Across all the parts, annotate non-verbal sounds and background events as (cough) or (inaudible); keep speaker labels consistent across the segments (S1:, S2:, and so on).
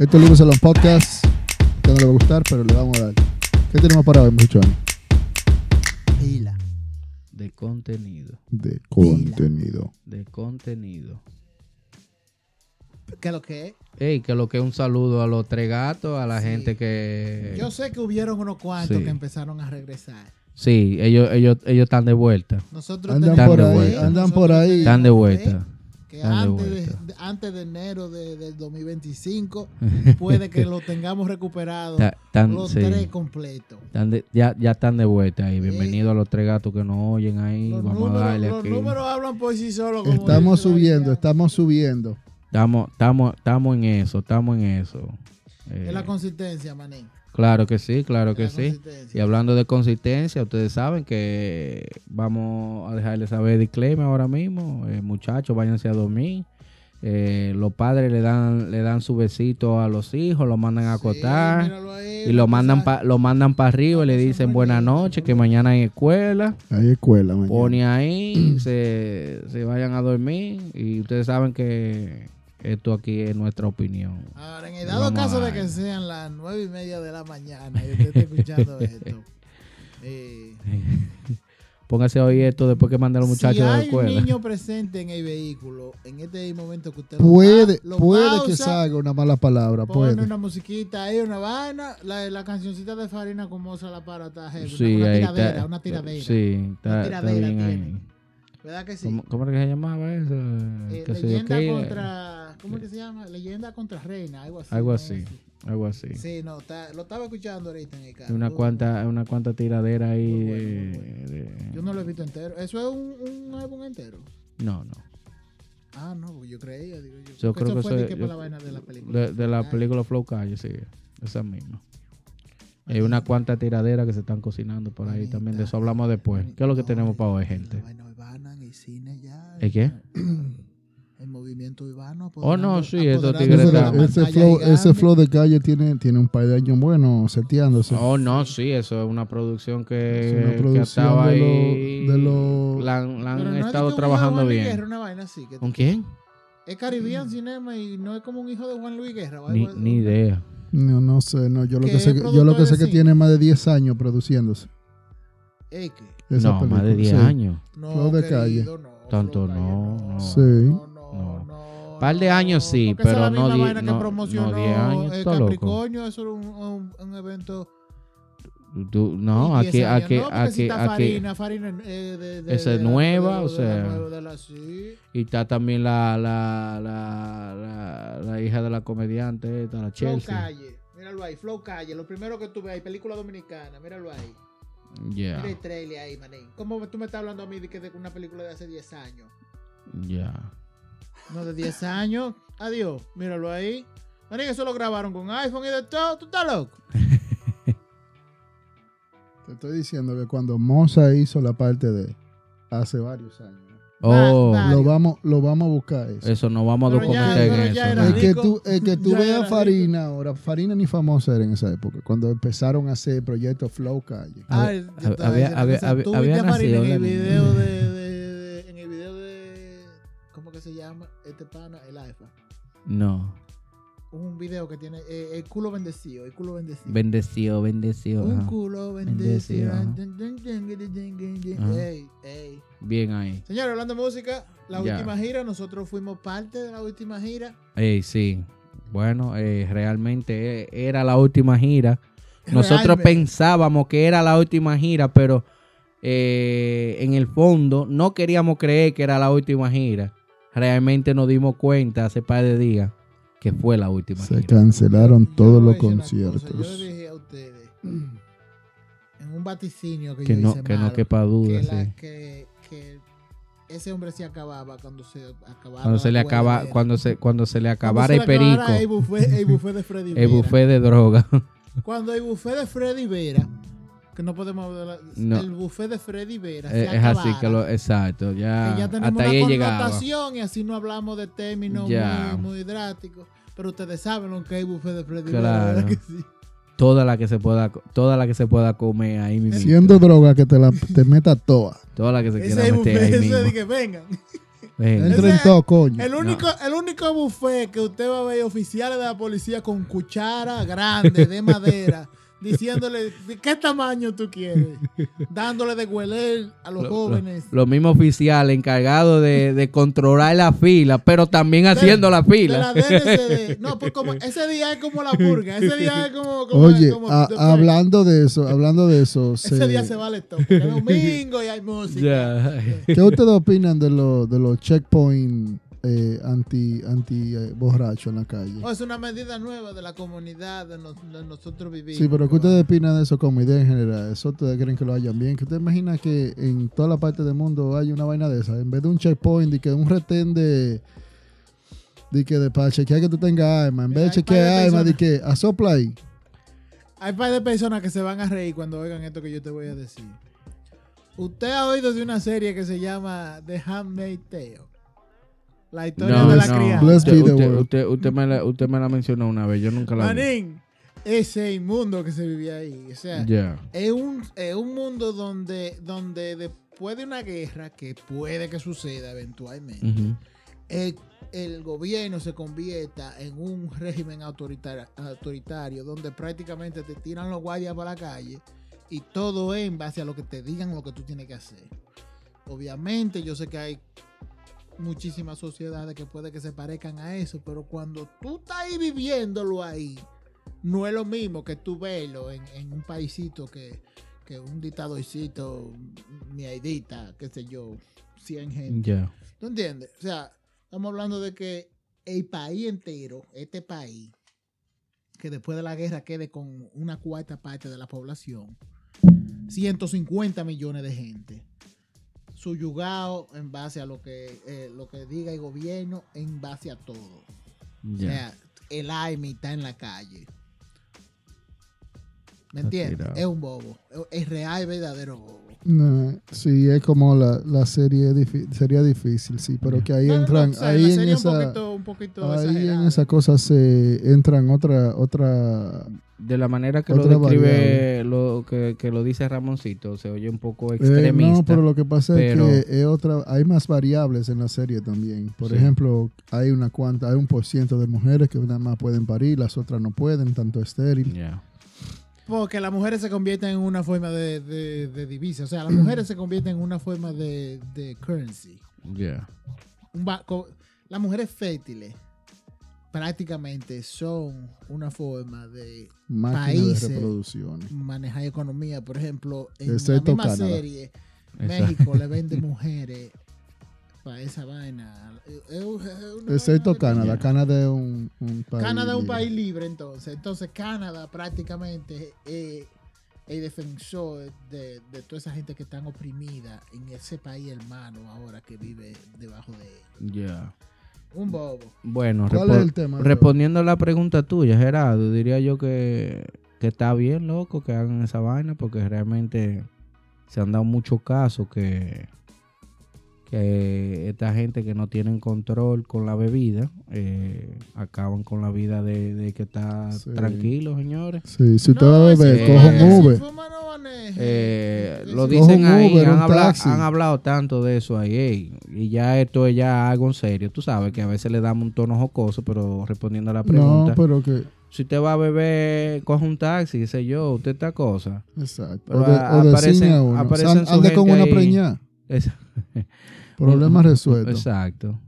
S1: Esto es Libros Salón Podcast. Que Este no le va a gustar, pero le vamos a dar. ¿Qué tenemos para hoy, muchachos?
S2: Pila.
S3: De contenido.
S1: De contenido.
S3: De contenido.
S2: ¿Qué es lo que es?
S3: Ey, que lo que es un saludo a los tres gatos, a la
S2: Sí.
S3: gente que.
S2: Yo sé que hubieron unos cuantos
S3: Eh, Sí.
S2: que empezaron a regresar.
S3: Sí, ellos, ellos, ellos están de vuelta.
S2: Nosotros
S1: Andan
S2: tenemos
S3: por
S2: fe,
S3: ahí, andan
S2: nosotros
S1: por ahí.
S2: tenemos
S3: Están de
S2: fe
S3: vuelta.
S2: Que
S3: están de
S2: antes, de
S3: vuelta.
S2: de- antes de enero de- del
S3: (laughs)
S2: 2025 puede que lo tengamos recuperado
S3: Ta- tan-
S2: los
S3: sí.
S2: tres completos.
S3: Están de- ya, ya están de vuelta ahí.
S2: Sí.
S3: Bienvenido a los tres gatos que nos oyen ahí.
S2: Los,
S3: Vamos a darle
S2: números, los
S3: aquí.
S2: números hablan por sí solos. como
S1: Estamos
S2: dice la
S1: subiendo,
S2: vida.
S1: estamos subiendo.
S3: Estamos, estamos, estamos en eso, estamos en eso. Eh,
S2: Es la consistencia, manín.
S3: claro que sí, claro
S2: es
S3: que
S2: la
S3: sí. Y
S2: consistencia.
S3: hablando de consistencia, ustedes saben que vamos a dejarles saber disclaimer ahora mismo. Eh, muchachos, váyanse a dormir. Eh, los padres le dan le dan su besito a los hijos, los mandan a acotar
S2: Sí, míralo ahí,
S3: y lo mandan
S2: empezar.
S3: pa, lo mandan para arriba y le dicen buenas noches, que mañana hay escuela.
S1: Hay escuela, mañana.
S3: Pone ahí, se, se vayan a dormir y ustedes saben que esto aquí es nuestra opinión.
S2: Ahora, en el dado
S3: Vamos a
S2: caso de
S3: darle.
S2: que sean las nueve y media de la mañana y usted esté
S3: (laughs)
S2: escuchando esto, eh,
S3: Póngase a oír esto después que manden los muchachos
S2: si
S3: de la
S2: hay
S3: escuela.
S2: un niño presente en el vehículo, en este momento que usted lo
S1: Puede,
S2: pa- lo
S1: puede
S2: pausa,
S1: que salga una mala palabra,
S2: Pone
S1: puede.
S2: una musiquita ahí, una vaina, la, la cancioncita de Farina con Moza la para, está heavy, una,
S3: Sí,
S2: una
S3: ahí
S2: tiradera,
S3: está. eh,
S2: una tiradera.
S3: Sí, está,
S2: Una
S3: está
S2: tiradera
S3: bien
S2: tiene.
S3: ahí.
S2: ¿Verdad que sí?
S3: ¿Cómo, cómo era que se llamaba eso?
S2: Eh,
S3: Que se yo
S2: leyenda
S3: qué,
S2: contra, ¿cómo es que se llama? Leyenda contra reina, algo así.
S3: Algo
S2: ¿no?
S3: así, algo así.
S2: Sí, no, está- lo estaba escuchando ahorita en el carro.
S3: Una
S2: Muy
S3: cuanta, una cuanta tiradera ahí
S2: Muy bueno,
S3: de-
S2: muy bueno.
S3: de-
S2: bueno. Yo no lo he visto entero. Eso es un, un álbum entero.
S3: No, no.
S2: Ah, no, yo creía. Digo, yo,
S3: Yo creo que
S2: fue
S3: eso
S2: de
S3: es-
S2: que
S3: yo-
S2: por la vaina de la película.
S3: De, de la
S2: Ah,
S3: película Flow Calle, sí. Esa misma. Hay una cuanta tiradera que se están cocinando por ahí también. De eso hablamos después. ¿Qué es lo que
S2: No,
S3: tenemos para hoy,
S2: la
S3: gente?
S2: vaina urbana en el cine ya.
S3: ¿El qué?
S2: El movimiento urbano.
S3: Oh, no, sí,
S2: apoderando-
S3: estos tigres
S2: apoderando de la
S1: Ese,
S3: están-
S1: ese
S2: pantalla
S1: flow, ese
S2: gigante.
S1: flow de calle tiene, tiene un par de años buenos seteándose.
S3: Oh, no, sí, eso es una producción que,
S1: Es una
S3: que
S1: producción
S3: estaba
S1: de lo-
S3: ahí.
S1: de lo-
S3: La, han- la han
S2: Pero no es
S3: estado
S2: que un
S3: trabajando
S2: hijo de Juan Luis
S3: bien.
S2: Guerra, una vaina así, que
S3: ¿Con quién?
S2: es Caribbean Cinema y no es como un hijo de Juan Luis Guerra. Pues, o algo
S3: Ni,
S2: así.
S3: ni idea.
S1: No, no sé, no, yo lo
S2: Que
S1: que sé,
S2: es
S1: que- yo lo que
S2: productor
S1: sé
S2: de
S1: que
S2: cine.
S1: tiene más de 10 años produciéndose.
S2: Eh, que-
S1: esa
S3: no, más de
S1: película,
S3: 10
S1: sí.
S3: años.
S2: No,
S1: Flow de
S2: querido, no,
S3: Tanto
S2: flow de
S3: no,
S2: calle,
S3: no.
S1: Sí.
S2: no,
S3: No.
S2: no,
S3: Par de años
S2: no,
S3: sí,
S2: porque esa es la
S3: pero no
S2: misma
S3: die-
S2: vaina que
S3: no- no
S2: promocionó,
S3: diez años,
S2: eh,
S3: está loco.
S2: Capricornio, eso era un, un- un evento.
S3: Tú- no,
S2: y
S3: aquí,
S2: diez años,
S3: aquí,
S2: no, porque si
S3: aquí,
S2: está
S3: aquí.
S2: Farina, Farina, eh, de- de-
S3: Esa
S2: de
S3: es
S2: la-
S3: nueva,
S2: de la-
S3: o
S2: de la
S3: sea.
S2: nueva, de la- sí.
S3: Y está también la, la, la, la, la hija de la comediante, esta, la
S2: Flow
S3: Chelsea.
S2: Calle, míralo ahí, Flow Calle, lo primero que tuve ahí, película dominicana, míralo ahí.
S3: Ya,
S2: Mira el trailer ahí, manín. ¿Cómo tú me estás hablando a mí de que de una película de hace 10 años?
S3: ya.
S2: No, de
S3: (laughs)
S2: 10 años. Adiós, míralo ahí. Manín, eso lo grabaron con iPhone y de todo, tú estás loco.
S1: Te estoy diciendo que cuando Moza hizo la parte de hace varios años,
S3: Oh,
S2: va.
S1: lo
S2: Varios.
S1: vamos, lo vamos a buscar eso.
S3: eso no vamos a
S2: Pero ya-
S3: documentar
S2: pero
S3: en
S2: ya
S3: eso.
S2: era
S3: ¿no?
S1: El que
S2: rico.
S1: tú, el que tú
S2: Ya
S1: veas
S2: era
S1: Farina ahora, Farina ni famosa era en esa época, cuando empezaron a hacer proyectos Flow Calle.
S3: Ah,
S2: Ay,
S3: Hab-
S2: yo estaba
S3: había-
S2: diciendo,
S3: había-
S2: o sea,
S3: había-
S2: tú
S3: había
S2: viste a Farina en
S3: nacido
S2: el
S3: la niña.
S2: video de, de-
S3: (laughs)
S2: de- en el video de ¿cómo que se llama? Este pana, el alfa.
S3: No.
S2: Un video que tiene eh, el culo bendecido, el culo bendecido.
S3: Bendecido, bendecido.
S2: un
S3: ajá.
S2: culo
S3: Bendecido,
S2: bendecido.
S3: ajá. Ajá.
S2: Ey, ey.
S3: Bien ahí.
S2: Señores, hablando de música, la
S3: Ya.
S2: última gira, nosotros fuimos parte de la última gira.
S3: Ey, Eh, sí. Bueno, eh, realmente eh, era la última gira. Nosotros
S2: Realmente.
S3: pensábamos que era la última gira, pero eh, en el fondo no queríamos creer que era la última gira. Realmente nos dimos cuenta hace par de días que fue la última
S1: Se
S3: gira.
S1: cancelaron
S2: Yo
S1: todos
S2: voy
S1: los
S2: a decir una cosa,
S1: conciertos.
S2: yo le dije a ustedes, en un vaticinio que,
S3: Que
S2: yo
S3: no,
S2: hice
S3: que no
S2: malo,
S3: quepa duda,
S2: que, la-
S3: sí.
S2: que- que ese hombre se acababa cuando se acababa.
S3: Cuando se le
S2: la cuerda
S3: acaba,
S2: de él.
S3: cuando se, cuando se le
S2: Cuando
S3: acabara
S2: se
S3: el
S2: le acabara El
S3: perico,
S2: buffet, el buffet
S3: (laughs)
S2: de Freddy Vera.
S3: el buffet de droga.
S2: Cuando el buffet de Freddy Vera, que no podemos hablar,
S3: No.
S2: el buffet de Freddy Vera se
S3: Eh, (laughs) es así
S2: acabara,
S3: que lo, exacto, ya,
S2: que ya tenemos
S3: hasta
S2: una
S3: ahí llegaba.
S2: connotación y así no hablamos de términos
S3: Ya.
S2: muy, muy drásticos. Pero ustedes saben lo que hay buffet de Freddy Vera,
S3: Claro.
S2: ¿verdad que sí?
S3: Toda la que se pueda, co- toda la que se pueda comer ahí mismo.
S1: Siendo droga que te la te meta toda.
S3: Toda la que se
S2: Ese
S3: quiera
S2: es
S3: meter
S2: buffet,
S3: ahí
S2: ese de
S3: (laughs) mismo.
S2: que vengan.
S3: Ven.
S1: Entren
S2: Ese-
S1: todo, coño.
S2: El único, el único buffet que usted va a ver oficiales de la policía con cuchara grande de madera, diciéndole de qué tamaño tú
S3: (laughs)
S2: quieres, dándole de hueler a los
S3: Lo- lo-
S2: jóvenes.
S3: Los mismos oficiales encargados de, de controlar la fila, pero también haciendo la
S2: De
S3: fila.
S2: la
S3: (laughs)
S2: DNCD. No, pues como, ese día es como la purga. Ese día es como. como
S1: Oye,
S2: como-
S1: a-
S2: después,
S1: hablando de eso, hablando de eso,
S2: (laughs) Ese
S1: se-
S2: día se vale todo. porque
S1: (laughs)
S2: Es domingo y hay música.
S3: Ya.
S1: ¿qué ustedes opinan de, lo- de los checkpoint eh, anti, anti eh, borracho en la calle?
S2: Oh, es una medida nueva de la comunidad de, nos- de nosotros vivimos.
S1: Sí, pero ¿qué ustedes opinan de eso como idea en general? ¿Eso ustedes creen que lo hayan bien? ¿Que ustedes imaginan que en toda la parte del mundo hay una vaina de esa? En vez de un checkpoint, de que un retén de... De que de, para chequear que tú tengas armas, en
S2: Mira,
S1: vez de
S2: hay par de
S1: chequear armas, de
S2: personas.
S1: que asopla ahí.
S2: Hay par de personas que se van a reír cuando oigan esto que yo te voy a decir. Usted ha oído de una serie que se llama The Handmaid's Tale. La historia
S3: No,
S2: de la
S3: no.
S1: Bless
S2: criada.
S3: Usted,
S1: be the
S3: usted-
S1: world.
S3: usted- usted me la, usted me la mencionó una vez, yo nunca la vi.
S2: Manín, ese inmundo que se vivía ahí. O sea,
S3: Ya.
S2: es, un, es un mundo donde, donde después de una guerra que puede que suceda eventualmente,
S3: Ujú.
S2: el, eh, el gobierno se convierta en un régimen autoritario, autoritario donde prácticamente te tiran los guardias para la calle y todo es en base a lo que te digan lo que tú tienes que hacer. Obviamente yo sé que hay muchísimas sociedades que puede que se parezcan a eso, pero cuando tú estás ahí viviéndolo ahí, no es lo mismo que tú verlo en, en un paisito que, que un dictadorcito, mi aidita, qué sé yo, 100 gente.
S3: Ya.
S2: ¿Tú entiendes? O sea, estamos hablando de que el país entero, este país, que después de la guerra quede con una cuarta parte de la población, 150 millones de gente, subyugado en base a lo que, eh, lo que diga el gobierno, en base a todo. O
S3: Ya.
S2: sea, el AIME está en la calle. ¿Me entiendes?
S3: tirado.
S2: Es un bobo. Es- Es real y verdadero bobo.
S1: No, sí, es como la, la serie difí- sería difícil, sí, pero que ahí
S2: No, no,
S1: entran,
S2: o sea,
S1: ahí
S2: la
S1: en
S2: serie
S1: esa,
S2: un poquito, un poquito
S1: ahí en
S2: exagerada.
S1: esa cosa se entran otra, otra,
S3: De la manera que
S1: Otra
S3: lo describe,
S1: variable.
S3: lo que, que lo dice Ramoncito, se oye un poco
S1: eh, no,
S3: extremista.
S1: pero lo que pasa
S3: pero-
S1: es que es otra, hay más variables en la serie también. Por
S3: Sí.
S1: ejemplo, hay una cuanta, hay un por ciento de mujeres que nada más pueden parir, las otras no pueden, tanto estéril.
S3: Ya.
S2: Porque las mujeres se convierten en una forma de, de- de divisa. O sea, las mujeres se convierten en una forma de, de currency.
S3: Ya.
S2: Un ba- co- las mujeres fértiles prácticamente son una forma de
S1: Máquina
S2: Países.
S1: de reproducción.
S2: manejar economía. Por ejemplo, en la
S1: Excepto
S2: misma
S1: Canadá.
S2: serie,
S3: Exacto.
S2: México le vende mujeres para esa vaina. Es- es una vaina
S1: Excepto
S2: de-
S1: Canadá.
S3: Ya.
S1: Canadá es un, un país.
S2: Canadá es un país
S1: libre.
S2: libre entonces. Entonces Canadá prácticamente eh, es el defensor de, de toda esa gente que están oprimida en ese país hermano ahora que vive debajo de él.
S3: Ya.
S2: Un bobo.
S3: Bueno,
S1: ¿Cuál
S3: repo-
S1: es el tema?
S3: respondiendo a la pregunta tuya, Gerardo, diría yo que, que está bien, loco, que hagan esa vaina, porque realmente se han dado muchos casos que, que esta gente que no tienen control con la bebida, eh, acaban con la vida de, de que está
S1: Sí.
S3: tranquilo, señores.
S1: Sí, si usted va a
S2: No,
S1: beber,
S3: sí,
S2: si
S1: coja
S2: fuma-
S1: un
S3: sí,
S1: Uber.
S2: Si fuma, no maneje.
S3: Eh,
S2: Sí,
S3: lo
S2: sí.
S1: Coge
S3: dicen
S1: un
S3: ahí,
S1: Uber,
S3: han,
S1: un
S3: habla-
S1: taxi.
S3: han hablado tanto de eso ahí, ey, y ya esto es ya algo en serio, tú sabes que a veces le damos un tono jocoso, pero respondiendo a la pregunta,
S1: No, pero que.
S3: si usted va a beber, coge un taxi, qué sé yo, usted esta cosa.
S1: Exacto.
S3: Pero
S1: O de,
S3: a-
S1: o de
S3: aparecen-
S1: cine a uno.
S3: aparecen
S1: San-
S3: su
S1: Ande con
S3: gente
S1: una
S3: ahí.
S1: preñada.
S3: Es-
S1: Problema resuelto.
S3: Exacto.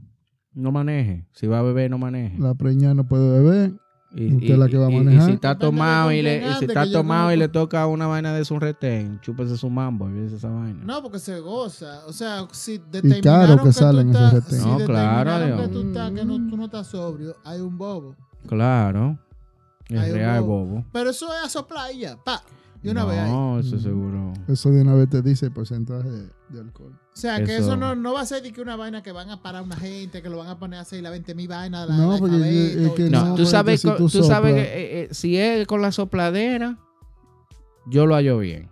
S3: No maneje. Si va a beber, no maneje.
S1: La preñada no puede beber.
S3: Y,
S1: usted es la que va a
S3: y- y
S1: manejar.
S3: si está
S2: Depende de
S3: tomado
S2: con
S3: y
S2: quién
S3: le, y si
S2: ande,
S3: está
S2: que yo
S3: tomado y
S2: conozco-
S3: le toca una vaina de su retén, chúpese su mambo y esa vaina.
S2: No, porque se goza. O sea, si
S1: que
S2: determinaron que, tú
S1: salen esos
S2: estás-
S1: setenta.
S2: si
S3: No, claro,
S2: determinaron que
S3: Dios.
S2: tú, estás, que no, tú no estás sobrio, hay un bobo.
S3: Claro. Es
S2: Hay un
S3: real,
S2: bobo.
S3: bobo.
S2: Pero eso es a soplar y ya, pa. De una
S3: no,
S2: vez ahí.
S3: eso
S1: Mm.
S3: seguro.
S1: Eso de una vez te dice el porcentaje de, de alcohol.
S2: O sea, que
S3: Eso-
S2: eso no, no va a ser de que una vaina que van a parar una gente, que lo van a poner a hacer la 20 mil vainas. La,
S1: No,
S2: la
S1: porque
S2: alfabeto
S1: es que
S2: y
S3: No,
S1: No,
S3: tú
S1: porque
S3: sabes,
S1: si
S3: co-
S1: tú
S3: tú sabes que
S1: soplas-
S3: eh, eh, si es con la sopladera, yo lo hallo bien.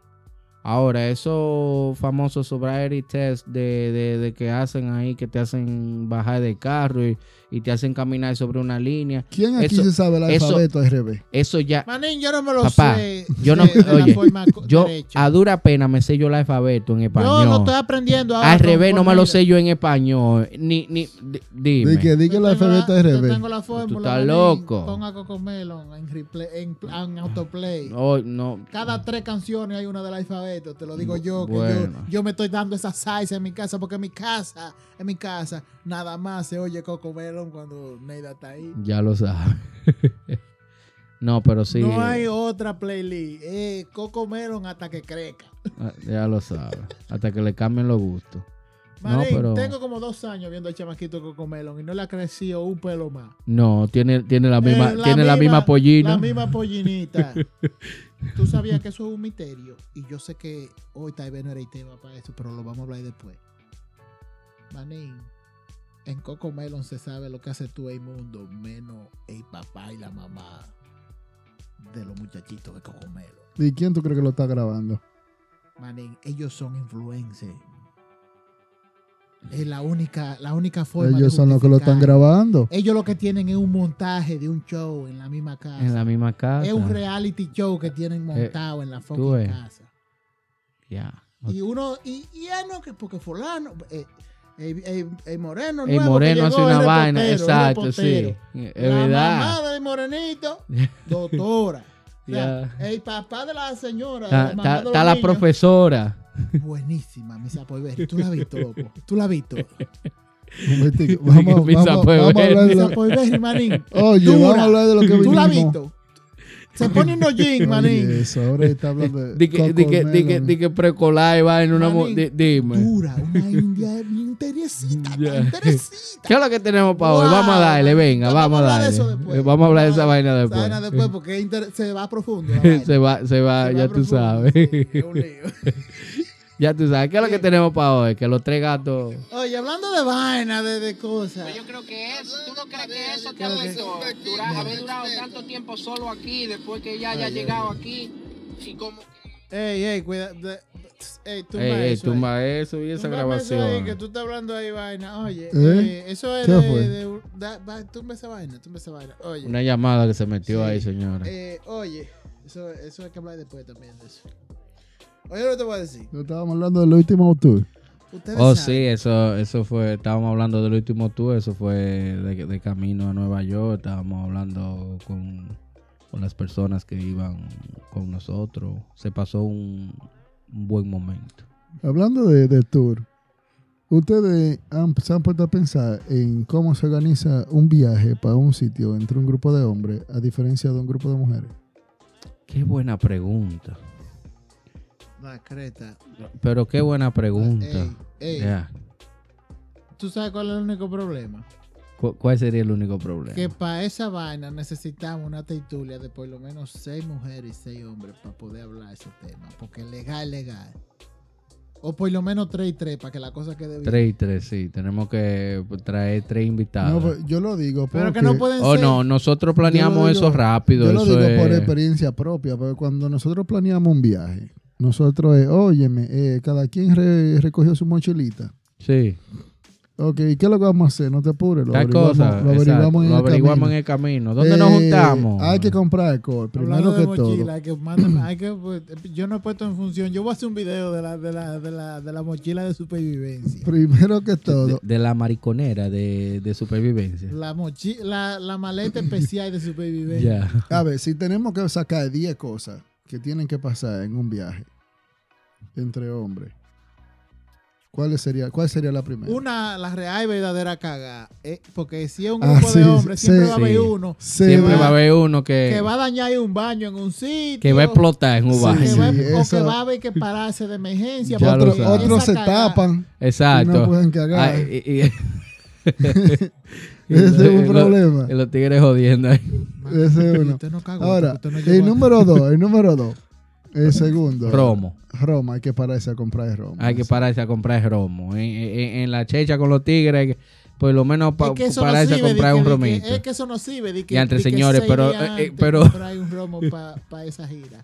S3: Ahora, esos famosos sobriety test de, de- de que hacen ahí, que te hacen bajar de carro y, y te hacen caminar sobre una línea.
S1: ¿Quién aquí
S3: Eso-
S1: se sabe el
S3: eso-
S1: alfabeto al revés?
S3: Eso ya,
S2: Manín, yo no me lo
S3: Papá,
S2: sé.
S3: yo no-
S2: de- de la
S3: oye,
S2: forma co-
S3: yo
S2: derecha.
S3: a dura pena me sé yo el alfabeto en español.
S2: Yo no estoy aprendiendo ahora.
S3: Al revés no me lo
S2: conforme-
S3: sé yo en español. Ni, ni, di- dime.
S1: Di que, di que el
S2: Yo tengo la-
S1: alfabeto al
S2: Yo
S1: revés.
S2: tengo la fórmula.
S3: estás
S2: Manín.
S3: loco.
S2: Ponga Cocomelon en, replay- en, pl- en autoplay.
S3: No, Oh, no.
S2: Cada tres canciones hay una del alfabeto, te lo digo yo, que
S3: Bueno.
S2: yo, yo me estoy dando esa salsa en mi casa, porque en mi casa, en mi casa, nada más se oye Cocomelon cuando Neida está ahí.
S3: Ya lo sabes. (laughs) no, pero sí.
S2: No hay otra playlist. Eh, Coco Melon hasta que crezca.
S3: Ah, Ya lo sabes. Hasta que le cambien los gustos. No,
S2: Marín,
S3: pero-
S2: tengo como dos años viendo el chamaquito Coco Melon y no le ha crecido un pelo más.
S3: No, tiene, tiene la
S2: Eh,
S3: misma, tiene la misma pollina.
S2: La misma
S3: (laughs)
S2: pollinita. Tú sabías que eso es un misterio. Y yo sé que hoy tal vez no era el tema para eso, pero lo vamos a hablar después. Manín, en Coco Melon se sabe lo que hace tú el mundo, menos el papá y la mamá de los muchachitos de Coco Melon.
S1: ¿Y quién tú crees que lo está grabando?
S2: Manín, ellos son influencers.
S3: Mm.
S2: Es la única, la única forma.
S1: Ellos
S2: de
S1: son los que lo están
S2: justificar. (laughs)
S1: grabando.
S2: Ellos lo que tienen es un montaje de un show en la misma casa.
S3: En la misma casa. Eh,
S2: es un reality show que tienen montado en la
S3: tú
S2: fucking
S3: ves.
S2: casa.
S3: Ya.
S2: Y uno, y, y ya no, que porque fulano, eh, eh, eh, eh, Moreno,
S3: El
S2: nuevo que
S3: moreno hace
S2: llegó,
S3: una
S2: es
S3: vaina.
S2: reportero, es
S3: Exacto, sí.
S2: reportero.
S3: Es
S2: la
S3: verdad.
S2: mamá del
S3: (laughs)
S2: morenito, doctora. O sea, El papá de la señora. la
S3: Está,
S2: mamá
S3: está-
S2: de los
S3: está la
S2: niños.
S3: profesora.
S2: Buenísima, mi Sapoiberi. Tú la has visto, loco. Tú la
S1: (laughs)
S2: has visto.
S1: Un momentico. Vamos,
S3: Misa
S1: vamos,
S3: puede
S1: vamos a hablar de
S2: Mi
S1: la...
S2: Sapoiberi, manín.
S1: Oye, vamos
S2: Dura.
S1: a hablar de lo que
S2: Tú la has
S1: vinimos.
S2: visto. Se pone unos jeans,
S1: Oye,
S2: manín.
S1: eso, ahora está hablando de
S3: Di que, di que, di que,
S1: Cocomelon.
S3: di que precolar y vaina. Una mu-
S2: Manín,
S3: di- dime.
S2: Dura, una india bien interesita,
S3: Ya.
S2: tan interesita.
S3: ¿Qué es lo que tenemos para hoy?
S2: Wow.
S3: Vamos a darle, venga,
S2: Entonces,
S3: vamos a
S2: hablar de
S3: darle.
S2: eso después.
S3: Eh, Vamos a hablar de esa
S2: Vamos a
S3: vaina
S2: hablar de
S3: después.
S2: esa vaina después porque es inter- se va profundo. la vaina.
S3: (laughs) se va, se va,
S2: Se va
S3: ya tú
S2: profundo,
S3: sabes. (laughs)
S2: sí, es un lío.
S3: ya tú sabes. ¿Qué es lo que tenemos para hoy? Que los tres gatos.
S2: Oye, hablando de vaina, de, de cosas.
S4: Yo creo que eso, ¿tú no crees que eso te
S2: Creo que-
S4: afectó? Durar- haber durado tanto tiempo solo aquí, después que ya haya llegado aquí, y como que
S2: Ey, ey, cuida. de- Ey, tumba
S3: Ey,
S2: eso.
S3: ey,
S2: eh. ahí.
S3: tumba eso y esa
S2: Túmbame eso
S3: grabación.
S2: ahí, que tú estás hablando ahí vaina. Oye,
S1: ¿Eh?
S2: eh, eso es
S1: ¿Qué
S2: de,
S1: fue?
S2: de- da- va, tumba esa vaina, tumba esa vaina. Oye.
S3: Una llamada que se metió
S2: Sí.
S3: ahí, señora.
S2: Eh, oye, eso, eso hay que hablar después también de eso. Oye, lo que te voy a decir.
S1: No estábamos hablando del último tour.
S2: Ustedes
S3: oh, sí,
S2: saben,
S3: eso, eso fue. Estábamos hablando del último tour. Eso fue de, de camino a Nueva York. Estábamos hablando con, con las personas que iban con nosotros. Se pasó un, un buen momento.
S1: Hablando de, de tour, ¿ustedes han, se han puesto a pensar en cómo se organiza un viaje para un sitio entre un grupo de hombres a diferencia de un grupo de mujeres?
S3: Qué buena pregunta.
S2: La creta.
S3: Pero qué buena pregunta.
S2: Ey, ey,
S3: Ya.
S2: ¿Tú sabes cuál es el único problema?
S3: ¿Cu- ¿Cuál sería el único problema?
S2: Que para esa vaina necesitamos una tertulia de por lo menos seis mujeres y seis hombres para poder hablar ese tema. Porque legal, legal. O por lo menos tres y tres para que la cosa quede bien.
S3: Tres y tres, sí. Tenemos que traer tres
S1: No,
S3: invitados.
S1: pues, yo lo digo porque...
S2: Pero que no pueden
S3: oh,
S2: ser.
S3: no, nosotros planeamos
S1: Yo lo
S3: eso
S1: digo-
S3: rápido.
S1: Yo lo
S3: eso
S1: digo por
S3: es-
S1: experiencia propia, porque cuando nosotros planeamos un viaje, nosotros es, óyeme, eh, cada quien re- recogió su mochilita.
S3: Sí,
S1: Ok, ¿qué es lo que vamos a hacer? No te apures, lo
S3: tal
S1: averiguamos,
S3: cosa.
S1: lo
S3: exacto,
S1: averiguamos en
S3: lo
S1: el
S3: averiguamos
S1: camino.
S3: en el camino. ¿Dónde nos
S1: Eh,
S3: juntamos?
S1: Hay que comprar alcohol, primero
S2: Hablando
S1: que
S2: de
S1: todo.
S2: mochila, hay que mándame- (clears throat) hay que, pues, yo no he puesto en función. Yo voy a hacer un video de la, de la, de la, de la mochila de supervivencia.
S1: Primero
S2: (laughs)
S1: que
S3: de,
S1: todo,
S3: de la mariconera de, de supervivencia.
S2: La, mochi la, la maleta especial de supervivencia.
S3: Ya.
S1: a ver, si tenemos que sacar 10 cosas que tienen que pasar en un viaje entre hombres, ¿cuál sería, cuál sería la primera?
S2: Una, la real y verdadera caga. eh, porque si es un
S1: Ah,
S2: grupo
S1: sí,
S2: de hombres,
S1: sí.
S2: siempre va a haber
S3: Sí.
S2: uno
S1: Se
S3: Siempre
S1: va-
S3: va a haber uno
S2: que
S3: que,
S2: va a dañar un baño en un sitio.
S3: que va a explotar en un
S1: Sí,
S3: baño.
S2: que va a-
S1: sí.
S2: o que
S1: eso-
S2: va a haber que pararse de emergencia.
S3: Ya lo
S1: Otro-
S3: sabes.
S2: porque
S1: otros
S2: esa
S1: se
S2: caga-
S1: tapan y
S3: Exacto.
S1: no pueden cagar.
S3: Ah,
S1: (laughs)
S3: y- y-
S1: Ese es un
S3: lo-
S1: problema.
S3: y los tigres jodiendo ahí.
S2: Mano,
S1: Ese es
S2: pero
S1: uno.
S2: usted no cagó,
S1: Ahora,
S2: porque usted no llegó
S1: el
S2: a-
S1: número dos, el número
S3: (laughs)
S1: dos. El segundo.
S3: Romo.
S1: Roma, hay que pararse a comprar Roma.
S3: Hay que pararse a comprar romo. En, en- en la checha con los tigres, hay que- por lo menos pa-
S2: Es que eso no
S3: pararse a
S2: sirve,
S3: comprar
S2: di que-
S3: un
S2: di que-
S3: romito.
S2: Es que eso no sirve. Di que,
S3: Y entre
S2: di que
S3: señores, eh,
S2: seis
S3: pero-
S2: días
S3: eh, eh, (laughs)
S2: antes
S3: pero-
S2: comprar un romo para esa gira.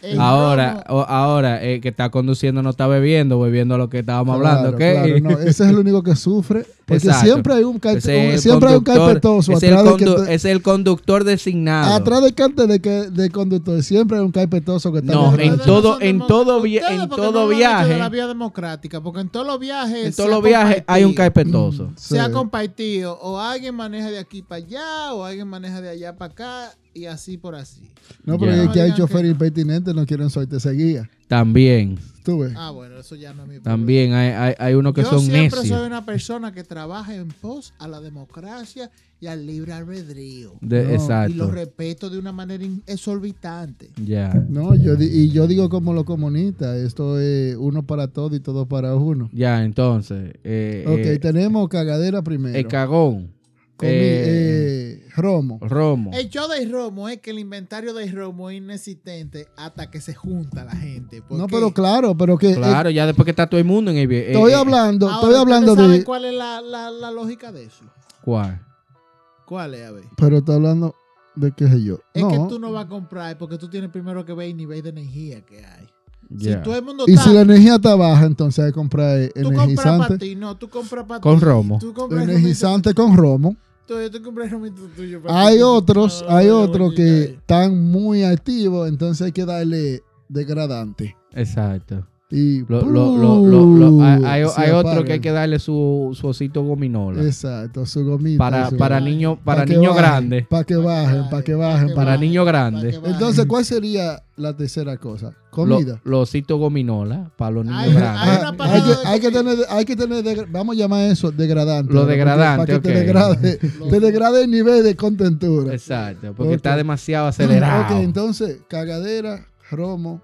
S2: El
S3: ahora,
S2: romo-
S3: o- ahora el que está conduciendo no está bebiendo, bebiendo lo que estábamos hablando, ¿ok?
S1: Claro,
S3: (laughs)
S1: claro, no, ese es el único que sufre. Porque
S3: Exacto.
S1: siempre hay un, carpe-
S3: Ese
S1: un-
S3: es el
S1: siempre hay un
S3: conductor,
S1: carpetoso
S3: ese es el
S1: atrás, del que-
S3: condu- es el conductor designado.
S1: atrás del cante de que, del conductor. Siempre hay un carpetoso que está
S3: No,
S1: borracho.
S2: Ustedes
S3: en todo-
S2: son
S3: en
S2: demo-
S3: todo vi-
S2: ustedes
S3: en
S2: porque
S3: todo
S2: no lo han hecho
S3: viaje-
S2: de la vía democrática, porque en todos los viajes.
S3: en
S2: se
S3: todos
S2: ha
S3: los viajes hay un
S2: compartido.
S3: carpetoso.
S1: Sí.
S2: Se ha compartido. O alguien maneja de aquí para allá, o alguien maneja de allá para acá, y así por así.
S1: No, porque
S3: Ya.
S1: es que hay
S2: Oigan,
S1: choferes
S2: que-
S1: impertinentes, no quieren soltar esa guía.
S3: También,
S1: Tú ves.
S2: Ah, bueno, eso ya no es mi problema.
S3: también hay, hay, hay unos que
S2: Yo
S3: son
S2: siempre
S3: necios.
S2: soy una persona que trabaja en pos a la democracia y al libre albedrío.
S3: De-
S1: No, y
S2: Y lo
S3: exacto.
S2: respeto de una manera in- exorbitante.
S3: Ya.
S1: No, yo di- y yo digo como los comunistas, esto es uno para todo y todo para uno.
S3: Ya, entonces. eh,
S1: Ok,
S3: eh,
S1: tenemos cagadera
S3: el
S1: primero.
S3: cagón.
S1: Comi-
S3: eh,
S1: eh, romo.
S3: Romo.
S2: El show de Romo es que el inventario de Romo es inexistente hasta que se junta la gente.
S1: No,
S2: porque-
S1: pero claro, pero que eh,
S3: Claro, ya después que está todo el mundo en el vie- eh,
S1: estoy
S3: eh,
S1: hablando,
S2: Ahora,
S1: estoy hablando
S2: ¿ustedes
S1: de
S2: saben cuál es la, la- la lógica de eso?
S3: ¿Cuál?
S2: ¿Cuál es? A ver.
S1: pero estoy hablando de qué sé yo.
S2: Es
S1: no.
S2: que tú no vas a comprar porque tú tienes primero que ver el nivel de energía que hay.
S3: Ya.
S2: Si todo el mundo
S1: Y
S2: está...
S1: si la energía está baja, entonces hay que comprar eh,
S2: tú compras para
S1: energizante.
S2: ti, no, tú compras para ti.
S3: Con romo.
S2: Tú compras
S1: Energizante con romo.
S2: Yo te compré el romito tuyo. papi.
S1: Hay otros,
S2: Ah,
S1: hay
S2: bueno,
S1: otros
S2: bueno,
S1: que
S2: ya.
S1: están muy activos, entonces hay que darle degradante.
S3: Exacto.
S1: Y
S3: Lo- lo- lo- lo- lo- hay hay-
S1: se
S3: hay otro
S1: apagan.
S3: que hay que darle su, su osito gominola.
S1: Exacto, su gomita.
S3: Para,
S1: su-
S3: para niños para niño grandes.
S1: Para que bajen, para que bajen.
S3: Para
S1: Para
S2: bajen,
S3: niño
S2: para
S3: grande.
S2: que bajen.
S1: Entonces, ¿cuál sería la tercera cosa?
S3: Lo-
S1: Comida.
S3: Los ositos gominola para los niños
S2: Ay,
S3: grandes.
S2: ay, una
S1: Ah,
S2: parada
S1: hay, que,
S2: de
S1: hay que
S2: comida.
S1: tener, hay que tener degra- vamos a llamar eso degradante. ¿no?
S3: Lo
S1: Porque-
S3: degradante,
S1: Para que
S3: ok.
S1: te degrade,
S3: (laughs)
S1: (laughs) te degrade el nivel de contentura.
S3: Exacto, porque
S1: Ok.
S3: está demasiado acelerado.
S1: Ok, entonces, cagadera, romo,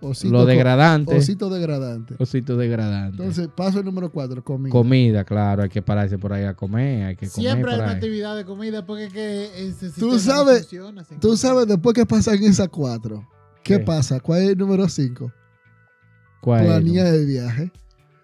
S1: osito,
S3: lo
S1: co-
S3: degradante. Osito,
S1: osito degradante.
S3: degradante.
S1: Entonces, paso el número cuatro, comida.
S3: comida, claro, hay que pararse por ahí a comer, hay que comer
S2: Siempre hay
S3: por
S2: una
S3: ahí.
S2: actividad de comida porque es que ese
S1: Tú
S2: sistema no
S1: sabes-
S2: funciona sin
S1: Tú
S2: comida.
S1: sabes después que pasan esas cuatro. ¿Qué
S3: ¿Qué?
S1: pasa? ¿Cuál es el número cinco?
S3: ¿Cuál es?
S1: Planea el viaje.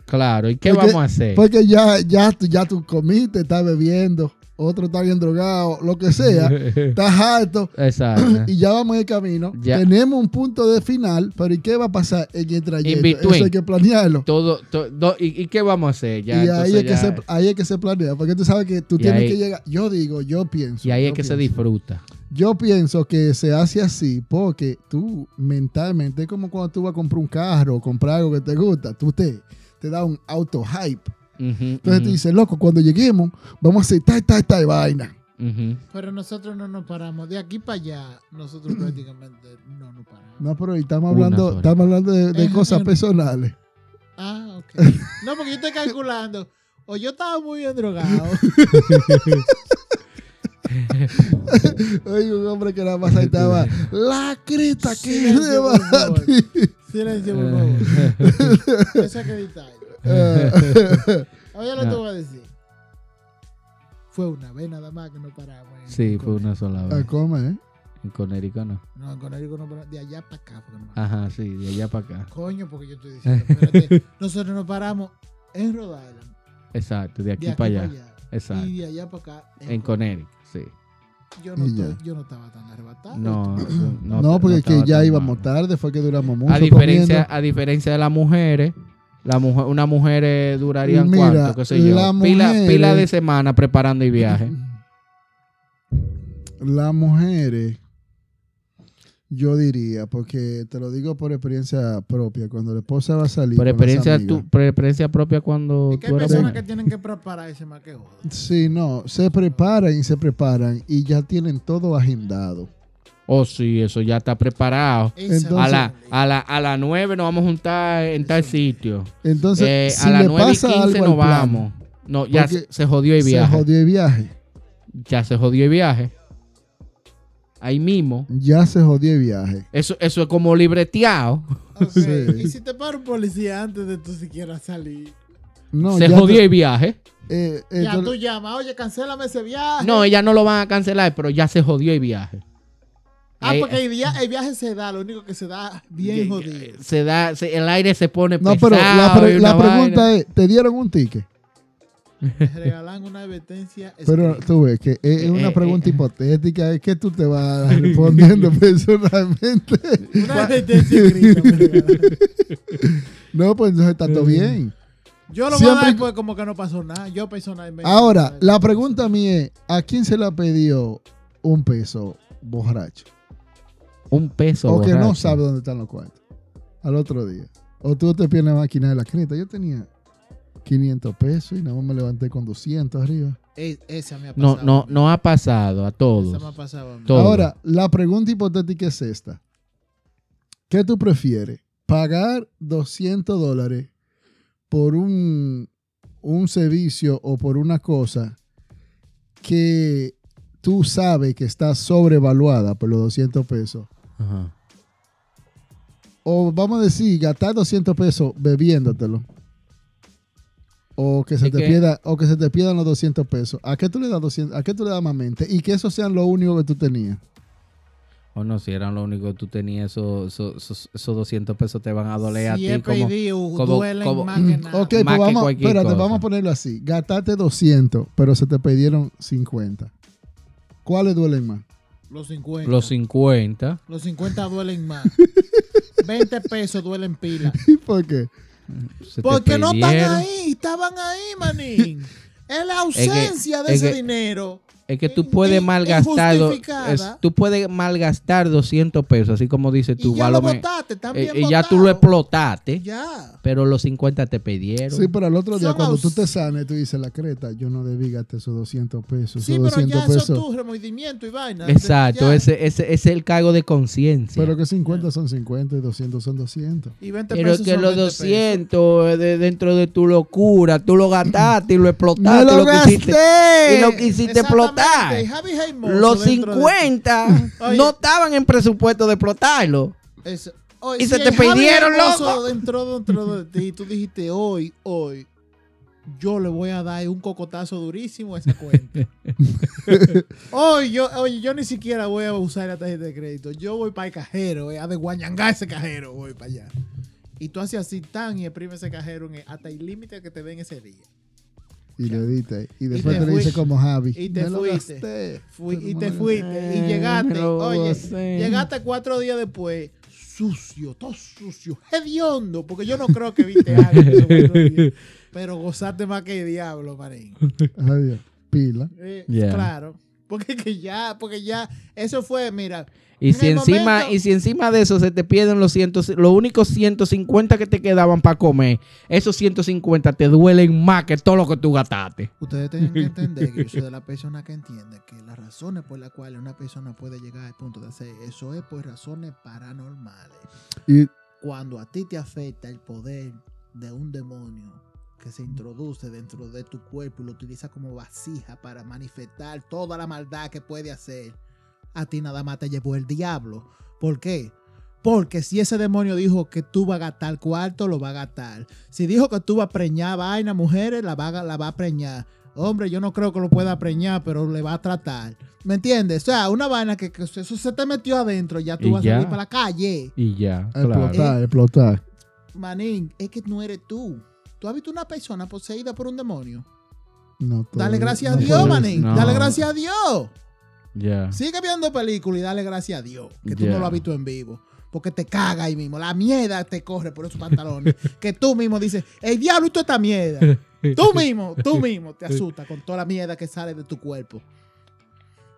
S3: Claro, ¿y qué
S1: Porque-
S3: vamos a hacer?
S1: Porque ya, ya, tú- ya tú comiste, estás bebiendo, otro está bien drogado, lo que sea, estás harto
S3: (laughs)
S1: (coughs)
S3: Exacto.
S1: y ya vamos en el camino.
S3: Ya.
S1: Tenemos un punto de final, pero ¿y qué va a pasar en el trayecto?
S3: between.
S1: Eso hay que planearlo.
S3: Todo, to- do- ¿y, y qué vamos a hacer? Ya,
S1: y ahí
S3: entonces
S1: es, que
S3: ya-
S1: se, ahí es que se planea, porque tú sabes que tú
S3: Y
S1: tienes
S3: ahí-
S1: que llegar. Yo digo, yo pienso.
S3: y ahí
S1: yo
S3: es que se
S1: pienso.
S3: disfruta.
S1: Yo pienso que se hace así porque tú mentalmente es como cuando tú vas a comprar un carro o comprar algo que te gusta, tú te, te da un auto hype.
S3: Ujú,
S1: Entonces tú
S3: ujú,
S1: dices, loco, cuando lleguemos, vamos a hacer tal, tal, tal vaina.
S3: ujú.
S2: Pero nosotros no nos paramos. De aquí para allá,
S1: (clears throat)
S2: nosotros prácticamente no nos paramos.
S1: No, pero hoy estamos
S3: Una
S1: hablando,
S3: sola.
S1: estamos hablando de, de
S2: Ejá,
S1: cosas
S2: pero-
S1: personales. (laughs)
S2: Ah, ok. No, porque yo estoy calculando. O yo estaba muy
S1: (laughs)
S2: bien drogado.
S1: Hay un hombre que nada más ahí estaba, la creta que
S2: Sí, yo
S1: le va
S2: por
S1: a
S2: favor.
S1: ti".
S2: Silencio, por
S1: Eh.
S2: favor. Eso hay que editarlo. Ahora lo
S3: No.
S2: te voy a decir. Fue una vez nada más que no paramos. en-
S3: (laughs) Sí,
S2: en
S3: fue una sola
S1: (laughs) A
S3: vez.
S1: comer, ¿eh?
S3: En Connecticut no.
S2: No, en Conérico no paramos. De allá para acá. porque no paramos.
S3: Ajá, sí, de allá para acá.
S2: Coño, porque yo estoy diciendo.
S3: (laughs)
S2: espérate, nosotros nos paramos en Rhode Island.
S3: Exacto, de aquí,
S2: De aquí
S3: para
S2: para
S3: allá.
S2: allá.
S3: Exacto.
S2: Y de allá para acá.
S3: En Connecticut, sí.
S2: Yo no,
S1: Y
S2: estoy-
S1: ya.
S2: yo no estaba tan arrebatado.
S3: No,
S1: Ah, No,
S3: no,
S1: porque
S3: no
S1: que
S3: estaba
S1: ya
S3: tan
S1: íbamos
S3: mal.
S1: tarde, fue que duramos mucho.
S3: A diferencia,
S1: comiendo.
S3: a diferencia de las mujeres, la mujer, una mujer eh, duraría
S1: Mira,
S3: cuánto, qué sé yo.
S1: la
S3: Pila,
S1: mujer-
S3: pila de semana preparando el
S1: (laughs)
S3: viaje.
S1: (clears throat) Las mujeres, yo diría, porque te lo digo por experiencia propia, cuando la esposa va a salir.
S3: Por
S1: con las
S3: experiencia,
S1: amigas,
S3: tu, por experiencia propia cuando
S2: Es que hay
S3: tú eras
S2: personas que
S3: mujer.
S2: tienen que prepararse más que otras.
S1: Sí, no, se preparan y se preparan y ya tienen todo agendado.
S3: Oh, sí, eso ya está preparado.
S1: Entonces-
S3: A la, a la, a las 9 nos vamos a juntar en tal sitio.
S1: Entonces,
S3: Eh,
S1: si
S3: a las
S1: le
S3: 9 y
S1: pasa
S3: 15
S1: algo al
S3: nos
S1: plan,
S3: vamos. No, ya
S1: Porque
S3: se, se jodió el
S1: se
S3: viaje.
S1: jodió el viaje.
S3: Ya se jodió el viaje. Ahí mismo.
S1: Ya se jodió el viaje.
S3: Eso, eso es como libreteado.
S2: Ok,
S1: Sí.
S2: Y si te para un policía antes de tú siquiera salir.
S1: No,
S3: se
S1: ya
S3: jodió
S1: te-
S3: el viaje.
S1: eh, eh,
S2: ya
S1: tú-
S2: tú llamas, oye, cancélame ese
S1: Ah.
S2: viaje.
S3: No, ella no lo van a cancelar, pero ya se jodió el viaje.
S2: ah,
S3: Ahí-
S2: porque el, via- el viaje se da, lo único que se da bien
S3: eh,
S2: jodido.
S3: Se da, se- el aire se pone
S1: no,
S3: pesado.
S1: pero la, pre-
S3: y
S1: la
S3: una
S1: pregunta
S3: vaina.
S1: es, ¿te dieron un ticket?
S2: les regalan una advertencia.
S1: (laughs) Pero
S2: escrita.
S1: tú ves que es
S3: Eh,
S1: una
S3: eh,
S1: pregunta
S3: eh.
S1: hipotética, es que tú te vas
S3: (laughs)
S1: respondiendo personalmente.
S2: Una advertencia escrita. me regalan.
S1: No, pues entonces está
S3: Eh.
S1: todo bien.
S2: Yo lo voy a
S1: Siempre-
S2: dar pues, como que no pasó nada. Yo personalmente.
S1: Ahora, la pregunta mía es, ¿a quién se le pidió un peso borracho?
S3: Un peso.
S1: o que no
S3: borracho.
S1: sabe dónde están los cuartos. Al otro día. O tú te pierdes la máquina de la creta. Yo tenía 500 pesos y nada más me levanté con 200 arriba.
S2: Es- E-, esa me ha pasado.
S3: No, no, no ha pasado a todos.
S2: Esa me ha pasado. a mí.
S3: Todo.
S1: Ahora, la pregunta hipotética es esta. ¿Qué tú prefieres? ¿Pagar 200 dólares por un, un servicio o por una cosa que tú sabes que está sobrevaluada por los 200 pesos?
S3: Ajá.
S1: O vamos a decir, gastar 200 pesos bebiéndotelo. O que, se
S3: Es
S1: te
S3: que-
S1: pierda, o que se te pierdan los 200 pesos. ¿A qué tú le das 200? ¿A qué tú le das más mente? Y que eso sean lo único que tú tenías.
S3: O no, si eran lo único que tú tenías, esos esos- esos- esos 200 pesos te van a doler
S2: Si
S3: a
S2: he
S3: ti como...
S2: pedido,
S3: como-
S2: duelen
S3: como-
S2: más que nada.
S1: Ok, pues
S3: Más que
S1: vamos,
S3: cualquier
S1: espérate,
S3: cosa.
S1: vamos a ponerlo así. Gastaste 200, pero se te pidieron 50. ¿Cuáles duelen más? (laughs)
S2: Los 50.
S3: (clears throat) Los 50.
S2: Los 50 duelen
S3: (laughs)
S2: más. 20 pesos duelen pila.
S1: ¿Por qué?
S3: se te
S2: Porque no están
S3: perdieron.
S2: ahí, estaban ahí,
S3: (laughs)
S2: manín. Es la ausencia de
S3: es
S2: ese
S3: que-
S2: dinero.
S3: Es que tú
S2: In-
S3: puedes
S2: in-
S3: malgastar, do-
S2: injustificada.
S3: es- tú puedes malgastar 200 pesos, así como dices tú,
S2: y ya
S3: a
S2: lo
S3: lo me-
S2: botaste,
S3: eh,
S2: también
S3: y ya tú lo explotaste,
S2: Ya.
S3: pero los 50 te pidieron.
S1: Sí, pero al otro día,
S2: Son
S1: cuando tú
S2: aus-
S1: te sanes, tú dices la creta, yo no debí gastar esos 200 pesos.
S2: Sí,
S1: esos
S2: pero
S1: 200
S2: ya eso
S1: pesos.
S2: es tu remordimiento y vaina.
S3: Exacto,
S2: Ya.
S3: ese, ese, ese es el cargo de conciencia.
S1: Pero
S3: Pero,
S1: que 50 son 50 y 200 son 200.
S2: Y 20 pesos
S3: que
S2: son
S3: los
S2: 20 pesos.
S3: 200 eh, de- dentro de tu locura, tú lo gastaste y lo explotaste,
S1: ¡Me lo
S3: lo quisiste,
S1: gasté!
S3: y lo quisiste
S2: Eh, Exactamente,
S3: explotar.
S2: y Javi Hermoso
S3: Los
S2: dentro de-
S3: 50
S2: (laughs) Oye.
S3: no estaban en presupuesto de explotarlo.
S2: Eso. Hoy,
S3: Y se
S2: si
S3: te
S2: el Javi
S3: pidieron,
S2: Hermoso
S3: loco.
S2: Dentro, dentro de ti, tú dijiste hoy, hoy, yo le voy a dar un cocotazo durísimo a esa
S3: (laughs)
S2: cuenta. hoy, yo, oye, yo ni siquiera voy a usar la tarjeta de crédito. Yo voy para el cajero, eh, a desguañangar ese cajero, voy para allá. Y tú haces así tan y exprime ese cajero en el- hasta el límite que te den ese día.
S1: Y le diste. Y
S2: te
S1: después te, le dices
S2: fuiste.
S1: como Javi.
S2: Y te
S1: "Me lo
S2: fuiste.
S1: gasté".
S2: Fui,
S1: Pero
S2: y
S1: me
S2: te
S1: lo
S2: fuiste. Y
S3: Eh,
S2: llegaste.
S3: me lo
S2: Oye,
S3: gocé.
S2: llegaste cuatro días después. Sucio, todo sucio, hediondo, porque yo no creo que viste algo. en esos cuatro días, pero gozaste más que el diablo, marín.
S1: gasté. Adiós. Pila.
S2: Eh,
S3: Yeah.
S2: Claro. Porque es que ya, porque ya, eso fue, mira,
S3: Y
S2: En
S3: si,
S2: el
S3: encima,
S2: momento-
S3: y si encima de eso se te pierden los cientos, los únicos 150 que te quedaban para comer, esos 150 te duelen más que todo lo que tú gastaste.
S2: ustedes tienen que entender que yo soy de la persona que entiende que las razones por las cuales una persona puede llegar al punto de hacer eso es por razones paranormales.
S1: Y
S2: cuando a ti te afecta el poder de un demonio que se introduce dentro de tu cuerpo y lo utiliza como vasija para manifestar toda la maldad que puede hacer, a ti nada más te llevó el diablo. ¿Por qué? Porque si ese demonio dijo que tú vas a gastar cuarto, lo va a gastar. Si dijo que tú vas a preñar vaina, mujeres, la va, a- la va a preñar. Hombre, yo no creo que lo pueda preñar, pero le va a tratar. ¿Me entiendes? O sea, una vaina que, que eso se te metió adentro, ya tú
S3: Y
S2: vas
S3: ya.
S2: a salir para la calle.
S3: Y ya,
S2: pues,
S1: a
S3: claro.
S1: explotar, a explotar.
S2: Manín, es que no eres tú. ¿Tú has visto una persona poseída por un demonio?
S1: No,
S2: Dale
S1: todavía
S2: gracias a
S1: no
S2: Dios,
S1: puedo.
S2: manín.
S3: No.
S2: Dale gracias a Dios.
S3: Ya.
S2: Sigue viendo películas y dale gracias a Dios que tú
S3: Ya.
S2: no lo has visto en vivo. Porque te caga ahí mismo. La mierda te corre por esos pantalones. que tú mismo dices, el diablo, y toda esta mierda. Tú mismo, tú mismo te asustas con toda la mierda que sale de tu cuerpo.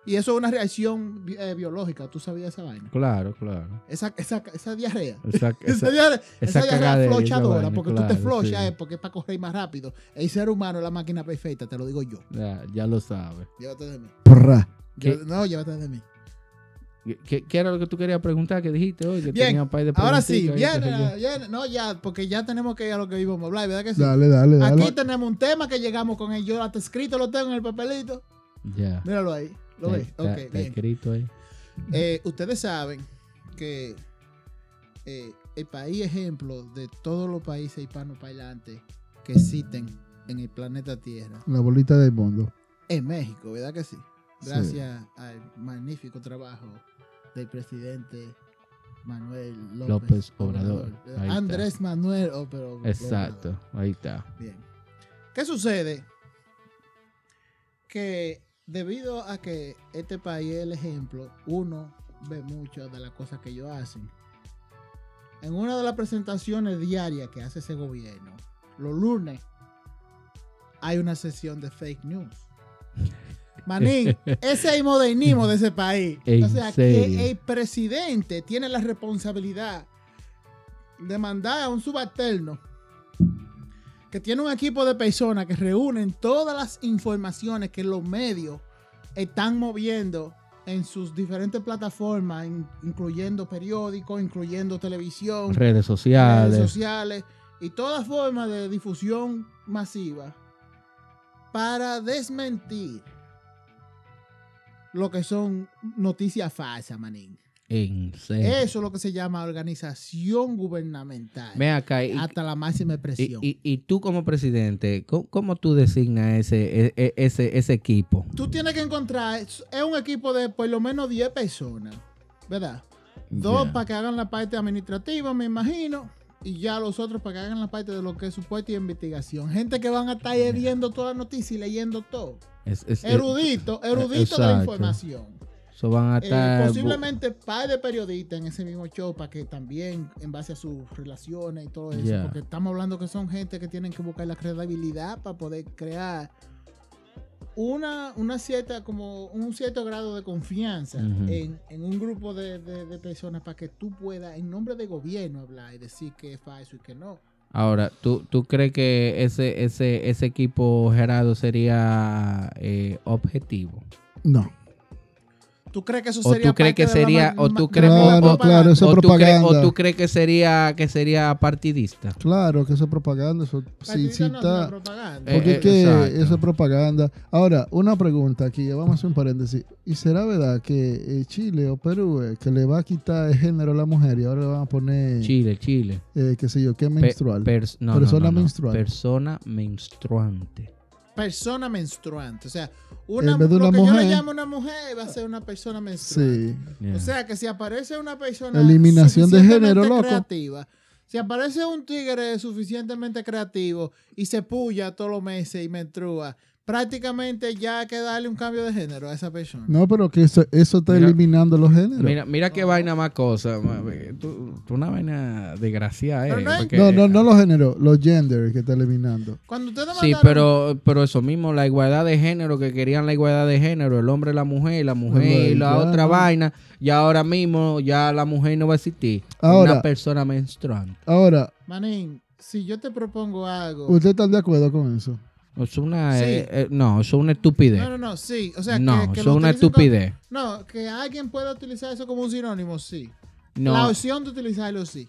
S2: Y eso es una reacción bi- eh, biológica. ¿Tú sabías esa vaina?
S3: Claro, claro.
S2: Esa, esa, esa diarrea.
S3: Esa-
S2: (laughs) Esa
S3: esa-
S2: diarrea,
S3: esa
S2: esa diarrea
S3: cagadera,
S2: flochadora,
S3: esa vaina,
S2: porque tú te
S3: claro,
S2: flochas,
S3: sí.
S2: eh, porque es para correr más rápido. El ser humano es la máquina perfecta, te lo digo yo.
S3: ya, ya lo sabes.
S2: Llévate de mí.
S1: Prrra.
S3: ¿Qué?
S2: Yo- no, llévate de mí.
S3: ¿Qué, qué era lo que tú querías preguntar que dijiste hoy? Que
S2: Bien,
S3: tenía un par de
S2: Ahora sí,
S3: preguntitas ahí,
S2: viene,
S3: qué sé yo.
S2: viene- no, ya, porque ya tenemos que ir a lo que vimos a hablar, ¿verdad que sí?
S1: Dale, dale, dale.
S2: Aquí tenemos un tema que llegamos con él. Yo hasta escrito lo tengo en el papelito.
S3: Ya.
S2: Míralo ahí. Lo
S3: Está-
S2: ves.
S3: está-
S2: Ok,
S3: está
S2: bien.
S3: escrito ahí.
S2: Eh, ustedes saben que eh, el país ejemplo de todos los países hispanoparlantes que existen en el planeta Tierra
S1: La bolita del mundo.
S2: en México, ¿verdad que sí?
S1: Sí.
S2: Gracias al magnífico trabajo del presidente Manuel López,
S3: López Obrador.
S2: Eh,
S3: Ahí está.
S2: Andrés Manuel López Obrador.
S3: Exacto, ahí está.
S2: Bien. ¿Qué sucede? que debido a que este país es el ejemplo, uno ve muchas de las cosas que ellos hacen. En una de las presentaciones diarias que hace ese gobierno, los lunes, hay una sesión de fake news.
S3: (laughs)
S2: Manín, ese es el modernismo de ese país.
S3: En
S2: Entonces aquí
S3: serio.
S2: el presidente tiene la responsabilidad de mandar a un subalterno que tiene un equipo de personas que reúnen todas las informaciones que los medios están moviendo en sus diferentes plataformas, in- incluyendo periódicos, incluyendo televisión,
S3: Redes sociales.
S2: redes sociales y toda forma de difusión masiva para desmentir lo que son noticias falsas, manín.
S3: En serio.
S2: Eso es lo que se llama organización gubernamental.
S3: Ven acá. Y,
S2: hasta la máxima
S3: y,
S2: expresión.
S3: y- y tú como presidente, ¿cómo, cómo tú designas ese, e- e- ese, ese equipo?
S2: Tú tienes que encontrar, es es un equipo de por lo menos 10 personas, ¿verdad? Dos
S3: Ya.
S2: para que hagan la parte administrativa, me imagino, y ya los otros para que hagan la parte de lo que es supuesto y investigación. Gente que van a estar
S3: Ya.
S2: viendo toda la noticia y leyendo todo.
S3: Es- es- es-
S2: Erudito, erudito de la
S3: exacto.
S2: información.
S3: eso van a
S2: Eh,
S3: estar bu-
S2: posiblemente par de periodistas en ese mismo show para que también en base a sus relaciones y todo eso,
S3: Ya.
S2: porque estamos hablando que son gente que tienen que buscar la credibilidad para poder crear una, una cierta, como un cierto grado de confianza
S3: Ujú.
S2: en, en un grupo de, de- de personas para que tú puedas en nombre del gobierno hablar y decir que es falso y que no.
S3: Ahora, ¿tú, ¿tú crees que ese, ese, ese equipo, Gerardo, sería eh, objetivo?
S1: No.
S2: ¿Tú crees que eso
S3: ¿O
S2: sería
S3: tú crees
S2: parte de
S3: que
S2: la
S3: sería-
S2: ma-
S3: o tú
S2: ma-
S3: crees-
S2: de la
S1: Claro,
S2: propaganda?
S1: claro, eso- Esa
S3: ¿O tú, crees,
S1: propaganda.
S3: ¿O tú crees que sería, que sería partidista?
S1: Claro que eso es propaganda. Eso, si,
S2: Partidista
S1: si
S2: no, sino
S1: está,
S2: propaganda.
S3: Eh,
S1: porque
S3: eh,
S1: es que
S3: exacto.
S1: eso es propaganda. Ahora, una pregunta aquí, vamos a hacer un paréntesis. ¿Y será verdad que eh, Chile o Perú eh, que le va a quitar el género a la mujer y ahora le van a poner,
S3: Chile, Chile.
S1: eh, qué sé yo, qué
S3: Pe-
S1: menstrual?
S3: pers- no, no,
S1: Persona
S3: no, no.
S1: menstrual.
S3: Persona menstruante.
S2: persona menstruante. O sea, una,
S1: En vez de
S2: lo
S1: una
S2: que yo
S1: mujer.
S2: le llamo una mujer va a ser una persona menstruante.
S1: sí.
S3: Yeah.
S2: O sea, que si aparece una persona
S1: Eliminación de
S2: suficientemente
S1: género, loco.
S2: creativa, si aparece un tigre suficientemente creativo y se puya todos los meses y menstrua, prácticamente ya hay que darle un cambio de género a esa persona.
S1: No, pero que eso, eso está
S3: Mira.
S1: eliminando los géneros.
S3: mira, mira qué vaina más cosa. ma- Tú, tú una vaina desgraciada, eh.
S2: Pero no hay-
S3: porque-
S1: no, no, no los géneros, los genders que está eliminando.
S2: Cuando ustedes
S3: Sí,
S2: mandaron-
S3: pero, pero eso mismo, la igualdad de género, que querían la igualdad de género, el hombre y la mujer, la mujer y la
S1: Igualdad,
S3: otra
S1: ¿no?
S3: vaina, ya ahora mismo ya la mujer no va a existir. Una
S1: Ahora.
S3: persona menstruante.
S1: Ahora,
S2: Manín, si yo te propongo algo.
S1: ¿ustedes están de acuerdo con eso?
S3: Es una,
S2: Sí.
S3: eh, eh, no, eso es una estupidez.
S2: No, no, no, sí. O sea,
S3: no,
S2: que, que
S3: eso
S2: lo
S3: es una
S2: utilicen como-
S3: estupidez.
S2: No, que alguien pueda utilizar eso como un sinónimo, sí.
S3: No,
S2: La opción de utilizarlo, sí.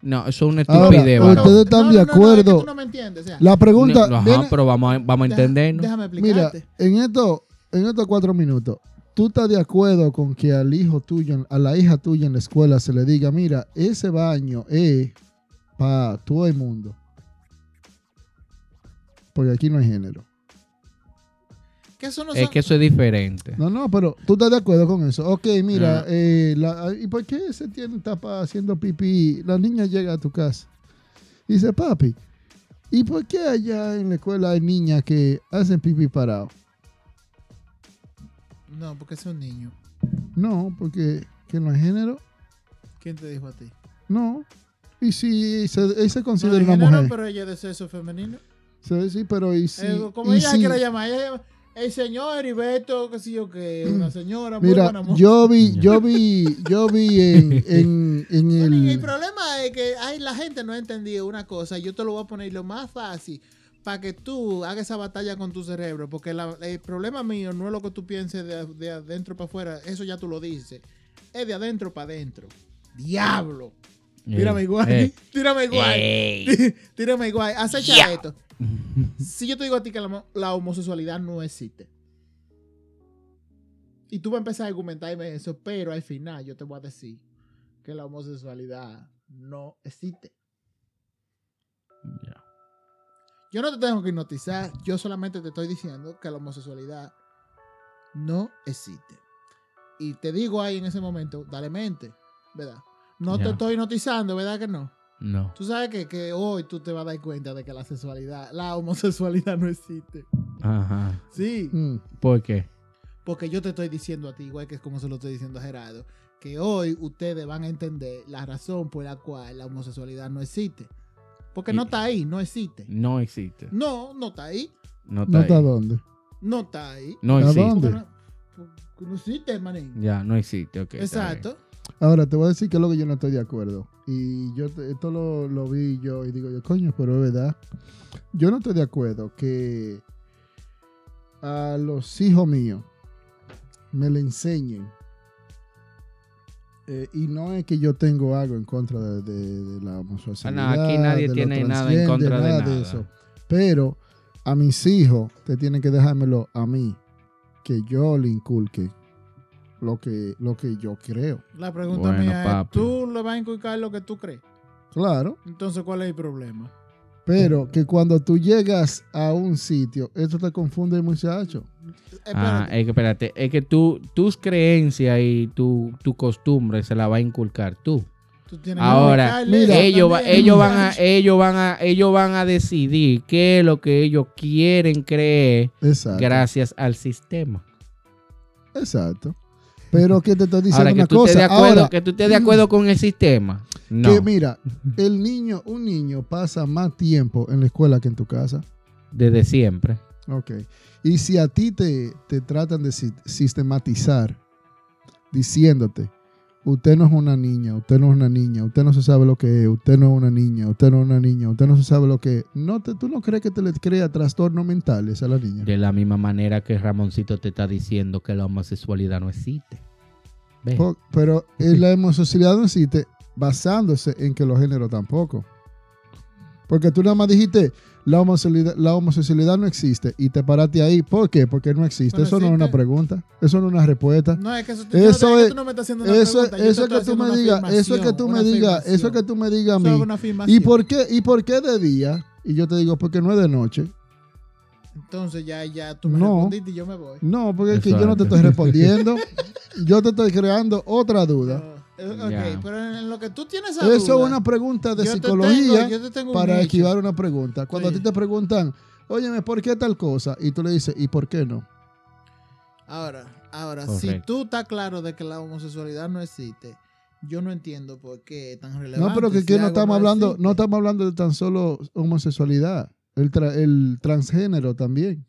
S3: no, eso es una
S1: Ahora,
S3: estupidez.
S1: Pero
S3: varón.
S1: ustedes están de
S2: es que
S1: acuerdo.
S2: tú no me entiendes. o sea,
S1: La pregunta,
S3: No, ajá,
S1: viene-
S3: pero vamos a, vamos a
S2: deja-
S3: entendernos.
S2: Déjame
S1: mira,
S2: explicarte.
S1: en estos en estos cuatro minutos, ¿tú estás de acuerdo con que al hijo tuyo, a la hija tuya en la escuela se le diga, mira, ese baño es para todo el mundo? Porque aquí no hay género.
S2: que eso no
S3: Es
S2: son-
S3: que eso es diferente.
S1: No, no, pero tú estás de acuerdo con eso. Ok, mira,
S3: No.
S1: eh, la- ¿y por qué se tiene tapa haciendo pipí? La niña llega a tu casa. y Dice, papi, ¿y por qué allá en la escuela hay niñas que hacen pipí parado?
S2: No, porque es un niño.
S1: No, porque que no hay género.
S2: ¿Quién te dijo a ti? No
S1: No. Y si se, él se considera
S2: de
S1: una
S2: género,
S1: mujer.
S2: pero ella es de sexo femenino.
S1: Sí, sí, pero y si.
S2: Eh, como
S1: y
S2: ella
S1: si-
S2: quiere llamar, ella llama, el señor Heriberto, qué sé yo qué, una señora, muy
S1: Mira,
S2: buena mujer.
S1: yo vi, yo vi, yo vi en, en, en
S2: (laughs) Bueno, y el
S1: el.
S2: problema es que ay, la gente no ha entendido una cosa. Yo te lo voy a poner lo más fácil para que tú hagas esa batalla con tu cerebro. Porque la- el problema mío no es lo que tú pienses de, de adentro para afuera. Eso ya tú lo dices. Es de adentro para adentro. Diablo. Tírame igual.
S3: Eh,
S2: (laughs)
S3: (laughs)
S2: Tírame igual.
S3: ey.
S2: (laughs) Tírame igual. Acecha esto. Si yo te digo a ti que la, homo- la homosexualidad no existe. Y tú vas a empezar a argumentarme eso, pero al final yo te voy a decir que la homosexualidad no existe.
S3: Ya.
S2: Yo no te tengo que hipnotizar, yo solamente te estoy diciendo que la homosexualidad no existe. Y te digo ahí en ese momento, dale mente, ¿verdad? No te
S3: Ya.
S2: estoy hipnotizando, ¿verdad que no?
S3: No.
S2: Tú sabes que, que hoy tú te vas a dar cuenta de que la sexualidad, la homosexualidad no existe.
S3: Ajá.
S2: Sí,
S1: Mm.
S3: ¿Por qué?
S2: porque yo te estoy diciendo a ti, igual que es como se lo estoy diciendo a Gerardo, que hoy ustedes van a entender la razón por la cual la homosexualidad no existe. Porque no
S3: Y-
S2: está ahí, no existe.
S3: No existe.
S2: No, no está ahí,
S3: No
S1: ¿No
S3: está.
S1: está
S3: ahí.
S1: dónde?
S2: no está ahí.
S3: No
S1: ¿A
S3: existe.
S1: dónde?
S2: Porque No, porque no existe, manín.
S3: Ya, no existe. ok, está bien.
S2: Exacto.
S1: Ahora, te voy a decir que es lo que yo no estoy de acuerdo. Y yo te- esto lo, lo vi yo y digo yo, coño, pero es verdad. Yo no estoy de acuerdo que a los hijos míos me le enseñen. Eh, y no es que yo tengo algo en contra de, de- de la homosexualidad.
S3: Ah, no, aquí nadie
S1: de lo
S3: tiene nada en
S1: transgénero,
S3: contra de nada.
S2: Eh,
S1: Pero a mis hijos te tienen que dejármelo a mí, que yo le inculque lo que, lo que yo creo.
S2: La pregunta
S3: Bueno,
S2: mía
S3: papi.
S2: es, ¿tú le vas a inculcar lo que tú crees?
S1: Claro.
S2: Entonces, ¿cuál es el problema?
S1: Pero que cuando tú llegas a un sitio, esto te confunde, muchacho.
S3: Ah,
S2: Espérate.
S3: es que espérate, es que tú, tus creencias y tu, tu costumbre se la va a inculcar tú.
S2: tú tienes que
S3: Ahora,
S2: explicarle
S1: mira,
S2: también,
S3: ellos, va- ellos, van a,
S2: muchacho.
S3: ellos, van a, ellos van a decidir qué es lo que ellos quieren creer
S1: Exacto.
S3: gracias al sistema.
S1: Exacto. Pero que te estoy diciendo
S3: Ahora que
S1: una
S3: tú, estés de
S1: cosa.
S3: acuerdo,
S1: Ahora,
S3: que tú estés de acuerdo con el sistema. No.
S1: que mira, el niño, un niño pasa más tiempo en la escuela que en tu casa.
S3: Desde siempre.
S1: Ok. Y si a ti te, te tratan de si- sistematizar diciéndote, usted no es una niña, usted no es una niña, usted no se sabe lo que es, usted no es una niña, usted no es una niña, usted no se sabe lo que es, no te, ¿tú no crees que te le crea trastornos mentales a la niña?
S3: De la misma manera que Ramoncito te está diciendo que la homosexualidad no existe. ¿Ves?
S1: Po- Pero eh, la homosexualidad no existe basándose en que los géneros tampoco. Porque tú nada más dijiste, la homosexualidad, la homosexualidad no existe y te paraste ahí. ¿Por qué? Porque no existe.
S2: Bueno,
S1: eso no es una
S2: existe.
S1: pregunta. Eso no es una respuesta.
S2: No, es que eso,
S1: Eso
S2: yo no-
S1: es-
S2: tú no me estás haciendo una
S1: Eso,
S2: pregunta, yo
S1: eso es
S2: te estoy
S1: que tú
S2: haciendo
S1: me
S2: una
S1: digas, eso es que tú
S2: afirmación,
S1: me
S2: una
S1: digas, eso es que
S2: afirmación.
S1: tú me digas a
S2: Eso es
S1: mí.
S2: una afirmación.
S1: ¿Y por qué? ¿Y por qué de día? Y yo te digo, porque no es de noche.
S2: Entonces ya, ya tú me
S1: No.
S2: respondiste y yo me voy.
S1: No, porque es que yo no te
S3: Exacto.
S1: estoy respondiendo. yo te estoy creando otra duda.
S2: Eh, ok,
S3: Ya.
S2: pero en lo que tú tienes esa
S1: Eso es
S2: duda,
S1: una pregunta de
S2: yo te
S1: psicología
S2: tengo- yo te tengo un
S1: para
S2: nicho.
S1: esquivar una pregunta. Cuando
S2: Sí.
S1: a ti te preguntan, óyeme, ¿por qué tal cosa? Y tú le dices, ¿y por qué no?
S2: Ahora, ahora, si
S3: Correcto.
S2: tú estás claro de que la homosexualidad no existe, yo no entiendo por qué es tan relevante.
S1: No, pero que,
S2: si
S1: que no
S2: algo
S1: estamos hablando,
S2: existe.
S1: no estamos hablando de tan solo homosexualidad, el, tra- el transgénero también.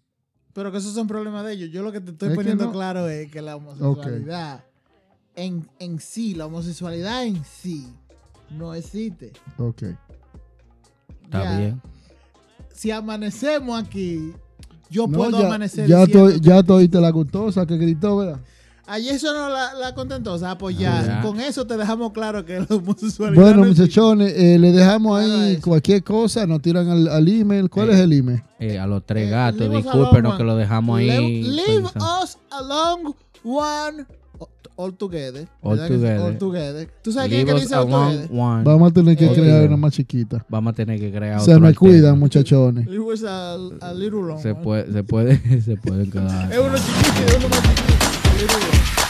S2: Pero que esos son problemas de ellos. Yo lo que te estoy
S1: Es que
S2: poniendo
S1: no.
S2: claro es que la homosexualidad en, en sí, la homosexualidad en sí, no existe.
S1: Ok.
S3: Está
S2: Ya,
S3: bien.
S2: Si amanecemos aquí, yo
S1: No,
S2: puedo
S1: ya,
S2: amanecer.
S1: Ya,
S2: diciendo-
S1: to- ya te oíste la gustosa que gritó, ¿verdad?
S2: Ayer sonó la, la contentosa. Ah, pues ya,
S3: Ah, ya.
S2: con eso te dejamos claro que la homosexualidad.
S1: Bueno,
S2: no existe.
S1: muchachones, eh, le dejamos
S2: Claro,
S1: ahí
S2: eso.
S1: cualquier cosa, nos tiran al, al email. ¿Cuál
S3: Eh,
S1: es el email?
S3: Eh, a los tres
S2: Eh,
S3: gatos,
S2: leave us
S3: discúlpenos
S2: alone,
S3: que lo dejamos ahí.
S2: Leave, leave
S3: pensando.
S2: us alone one all together.
S3: All
S2: ¿verdad que sí?
S3: together.
S2: All together. ¿Tú sabes quién
S3: Leave
S2: es que
S3: us
S2: dice Eh, all
S3: alone,
S2: together?
S3: one.
S1: Vamos a tener que
S2: eh,
S1: crear
S3: eh,
S1: una más chiquita.
S3: Vamos a tener que crear
S1: Se
S3: otro
S1: me
S3: alterno.
S1: cuidan, muchachones.
S2: Leave us a, a little long
S3: Se
S2: one.
S3: puede, (laughs) se puede, se pueden quedar.
S2: Es uno chiquito y uno más chiquito. Little one.